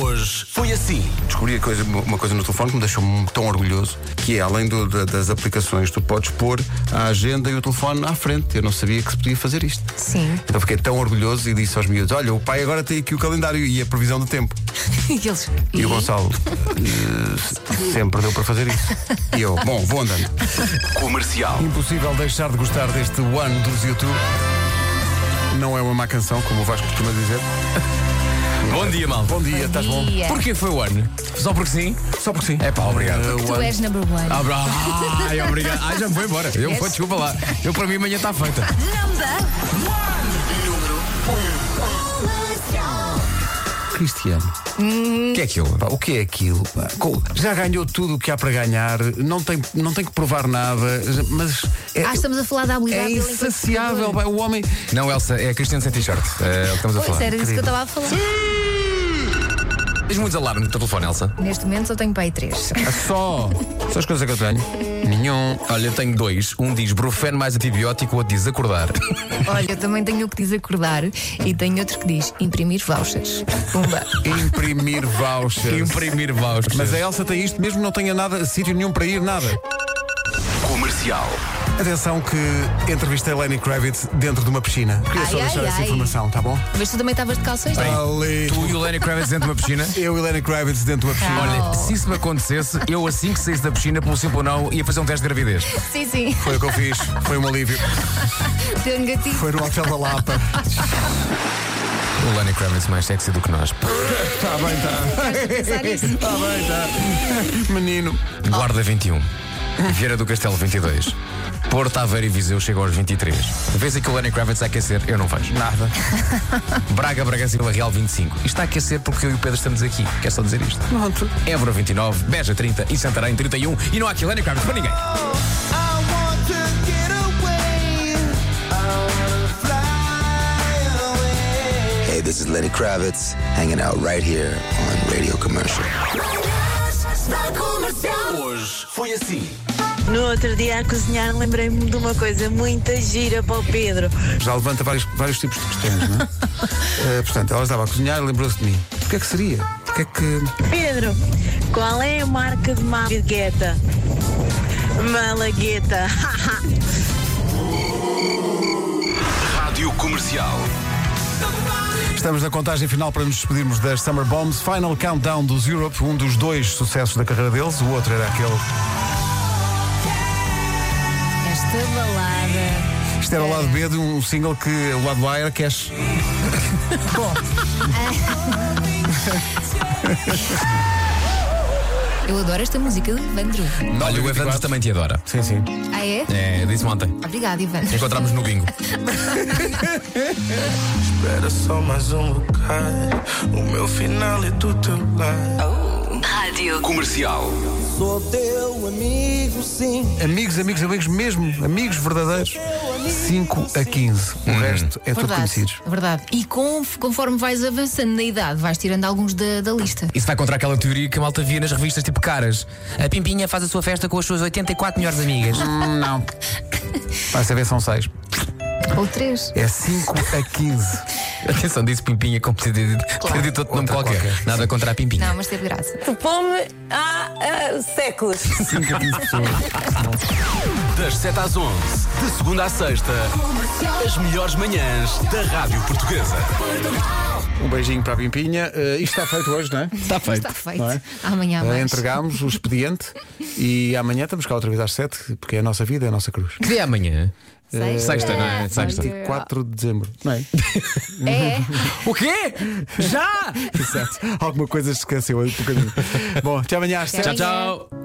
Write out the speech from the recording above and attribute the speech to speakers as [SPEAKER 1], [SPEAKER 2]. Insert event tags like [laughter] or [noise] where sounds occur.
[SPEAKER 1] Hoje foi assim.
[SPEAKER 2] Descobri a coisa- uma coisa no telefone que me deixou tão orgulhoso, que é além do- da- das aplicações, tu podes pôr a agenda e o telefone à frente. Eu não sabia que se podia fazer isto.
[SPEAKER 3] Sim.
[SPEAKER 2] Então fiquei tão orgulhoso e disse aos miúdos: Olha, o pai agora tem aqui o calendário e a previsão do tempo.
[SPEAKER 3] [laughs] E eles.
[SPEAKER 2] E o Gonçalo "Eh, sempre deu para fazer isso. E eu, bom, vou andando.
[SPEAKER 1] Comercial.
[SPEAKER 2] Impossível deixar de gostar deste One dos YouTube. Não é uma má canção, como o Vasco costuma dizer.
[SPEAKER 1] [laughs] Bom dia, mal.
[SPEAKER 2] Bom dia, estás bom?
[SPEAKER 3] Dia.
[SPEAKER 1] Porquê foi o ano? Só porque sim?
[SPEAKER 2] Só porque sim.
[SPEAKER 1] É pá, obrigado.
[SPEAKER 2] Eh,
[SPEAKER 3] Tu
[SPEAKER 2] One-
[SPEAKER 3] és number one.
[SPEAKER 1] Ah, bra- Ai, obrigado. Ai, já me foi embora. Eu vou, desculpa lá. Eu para mim amanhã está feita.
[SPEAKER 2] Cristiano.
[SPEAKER 1] O que é que eu?
[SPEAKER 2] Pá, o que é aquilo? pá? Co- Já ganhou tudo o que há para ganhar, não tem, não tem que provar nada, mas é,
[SPEAKER 3] Ah, estamos a falar da
[SPEAKER 2] é
[SPEAKER 3] habilidade dele enquanto
[SPEAKER 2] insaciável.
[SPEAKER 3] jogador.
[SPEAKER 2] pá, O homem.
[SPEAKER 1] Não, Elsa, é Cristiano sem t-shirt. É o que estamos a
[SPEAKER 3] Pois
[SPEAKER 1] falar.
[SPEAKER 3] era isso que eu estava a falar.
[SPEAKER 1] Tens muitos alarmes no teu telefone, Elsa?
[SPEAKER 3] Neste momento só tenho pai três.
[SPEAKER 2] É só. Só as coisas que eu tenho. Nenhum.
[SPEAKER 1] Olha, eu tenho dois. Um diz brufeno mais antibiótico, o outro
[SPEAKER 2] [laughs]
[SPEAKER 1] diz acordar.
[SPEAKER 3] Olha, eu também tenho o que diz acordar e tenho outro que diz imprimir vouchers. Pumba.
[SPEAKER 2] Imprimir vouchers.
[SPEAKER 1] Imprimir vouchers.
[SPEAKER 2] É Mas é a Elsa tem isto, mesmo que não tenha nada, sítio nenhum para ir, nada.
[SPEAKER 1] comercial.
[SPEAKER 2] Atenção que entrevistei Lenny Kravitz dentro de uma piscina. Queria só
[SPEAKER 3] Ai, ai,
[SPEAKER 2] deixar essa
[SPEAKER 3] ai.
[SPEAKER 2] informação, tá bom?
[SPEAKER 3] Mas tu também estavas de calções? não?
[SPEAKER 2] Ali.
[SPEAKER 1] Tu e o Lenny Kravitz dentro de uma
[SPEAKER 2] [laughs]
[SPEAKER 1] piscina?
[SPEAKER 2] Eu e Lenny Kravitz dentro de uma piscina.
[SPEAKER 3] Calma.
[SPEAKER 1] Olha, se isso me acontecesse, eu assim que saísse da piscina, pelo simples não, ia fazer um teste de gravidez.
[SPEAKER 3] Sim, sim.
[SPEAKER 2] Foi o que eu fiz, foi um alívio.
[SPEAKER 3] Deu um negativo.
[SPEAKER 2] Foi no Hotel da Lapa.
[SPEAKER 1] O Lenny Kravitz mais sexy do que nós.
[SPEAKER 2] Está Tá bem, está.
[SPEAKER 3] Pensar nisso.
[SPEAKER 2] Está bem, está. Menino.
[SPEAKER 1] Guarda 21. Vieira do Castelo 22. Porto Aveiro e Viseu chega aos 23. Vês aqui o Lenny Kravitz a aquecer, eu não vejo. Nada. [laughs] Braga, Bragança e Vila Real 25. Isto está a aquecer porque eu e o Pedro estamos aqui. Quer só dizer isto.
[SPEAKER 2] Pronto.
[SPEAKER 1] Évora 29, Beja 30 e Santarém 31. E não há aqui Lenny Kravitz para ninguém.
[SPEAKER 4] I want to get away. I wanna fly away.
[SPEAKER 5] Hey, this is Lenny Kravitz, hanging out right here on Radio Commercial.
[SPEAKER 6] No outro dia a cozinhar lembrei-me de uma coisa muito gira para o Pedro.
[SPEAKER 2] Já levanta vários, vários tipos de questões,
[SPEAKER 3] [laughs]
[SPEAKER 2] não é? Eh, portanto, ela estava a cozinhar e lembrou-se de mim. O que é que seria? O que é que.
[SPEAKER 6] Pedro, qual é a marca de malagueta? Malagueta. [laughs]
[SPEAKER 2] Estamos na contagem final para nos despedirmos das Summer Bombs. Final Countdown dos Europe, um dos dois sucessos da carreira deles. O outro era aquele.
[SPEAKER 3] Esta balada.
[SPEAKER 2] Isto era o lado B de um single que o lado A era Cash.
[SPEAKER 3] Eu adoro esta música do Evandro.
[SPEAKER 1] Olha, o Evandro também te adora.
[SPEAKER 2] Sim, sim.
[SPEAKER 3] Ah, é?
[SPEAKER 1] É, disse-me ontem.
[SPEAKER 3] Obrigada, Evandro.
[SPEAKER 1] Encontramos no bingo.
[SPEAKER 7] Era só mais um lugar. O meu final é do teu lado.
[SPEAKER 4] Sou teu amigo, sim.
[SPEAKER 2] Amigos, amigos, amigos mesmo. Amigos verdadeiros. 5 a 15. O resto é tudo
[SPEAKER 3] Verdade,
[SPEAKER 2] conhecidos.
[SPEAKER 3] verdade. E com- conforme vais avançando na idade, vais tirando alguns da, da lista.
[SPEAKER 1] Isso vai contra aquela teoria que a malta via nas revistas tipo caras. A Pimpinha faz a sua festa com as suas 84 melhores amigas.
[SPEAKER 2] Não. Vai saber, são 6.
[SPEAKER 3] Ou três.
[SPEAKER 2] É 5 a 15.
[SPEAKER 1] [laughs] Atenção, disse Pimpinha como se ter dito- ter dito outro nome qualquer. Nada contra a Pimpinha.
[SPEAKER 3] Não, mas teve graça.
[SPEAKER 2] é?
[SPEAKER 8] Fome há ah, séculos.
[SPEAKER 9] Das 7 às 11, de segunda à sexta, as melhores manhãs da Rádio Portuguesa.
[SPEAKER 2] Um beijinho para a Pimpinha. Eh, isto está feito hoje, não é? Está feito.
[SPEAKER 3] Está feito. Amanhã há mais.
[SPEAKER 2] entregámos o expediente e amanhã estamos cá outra vez às 7, porque é a nossa vida, é a nossa cruz.
[SPEAKER 1] Que dia é amanhã?
[SPEAKER 3] Sexta.
[SPEAKER 1] Sexta, não é? Sexta.
[SPEAKER 3] Olha.
[SPEAKER 2] 4 de dezembro, não é?
[SPEAKER 3] É.
[SPEAKER 1] O quê? Já?
[SPEAKER 2] [laughs] Exato. Alguma coisa se esqueceu aí um bocadinho. Bom, até amanhã às 7.
[SPEAKER 1] Tchau, tchau.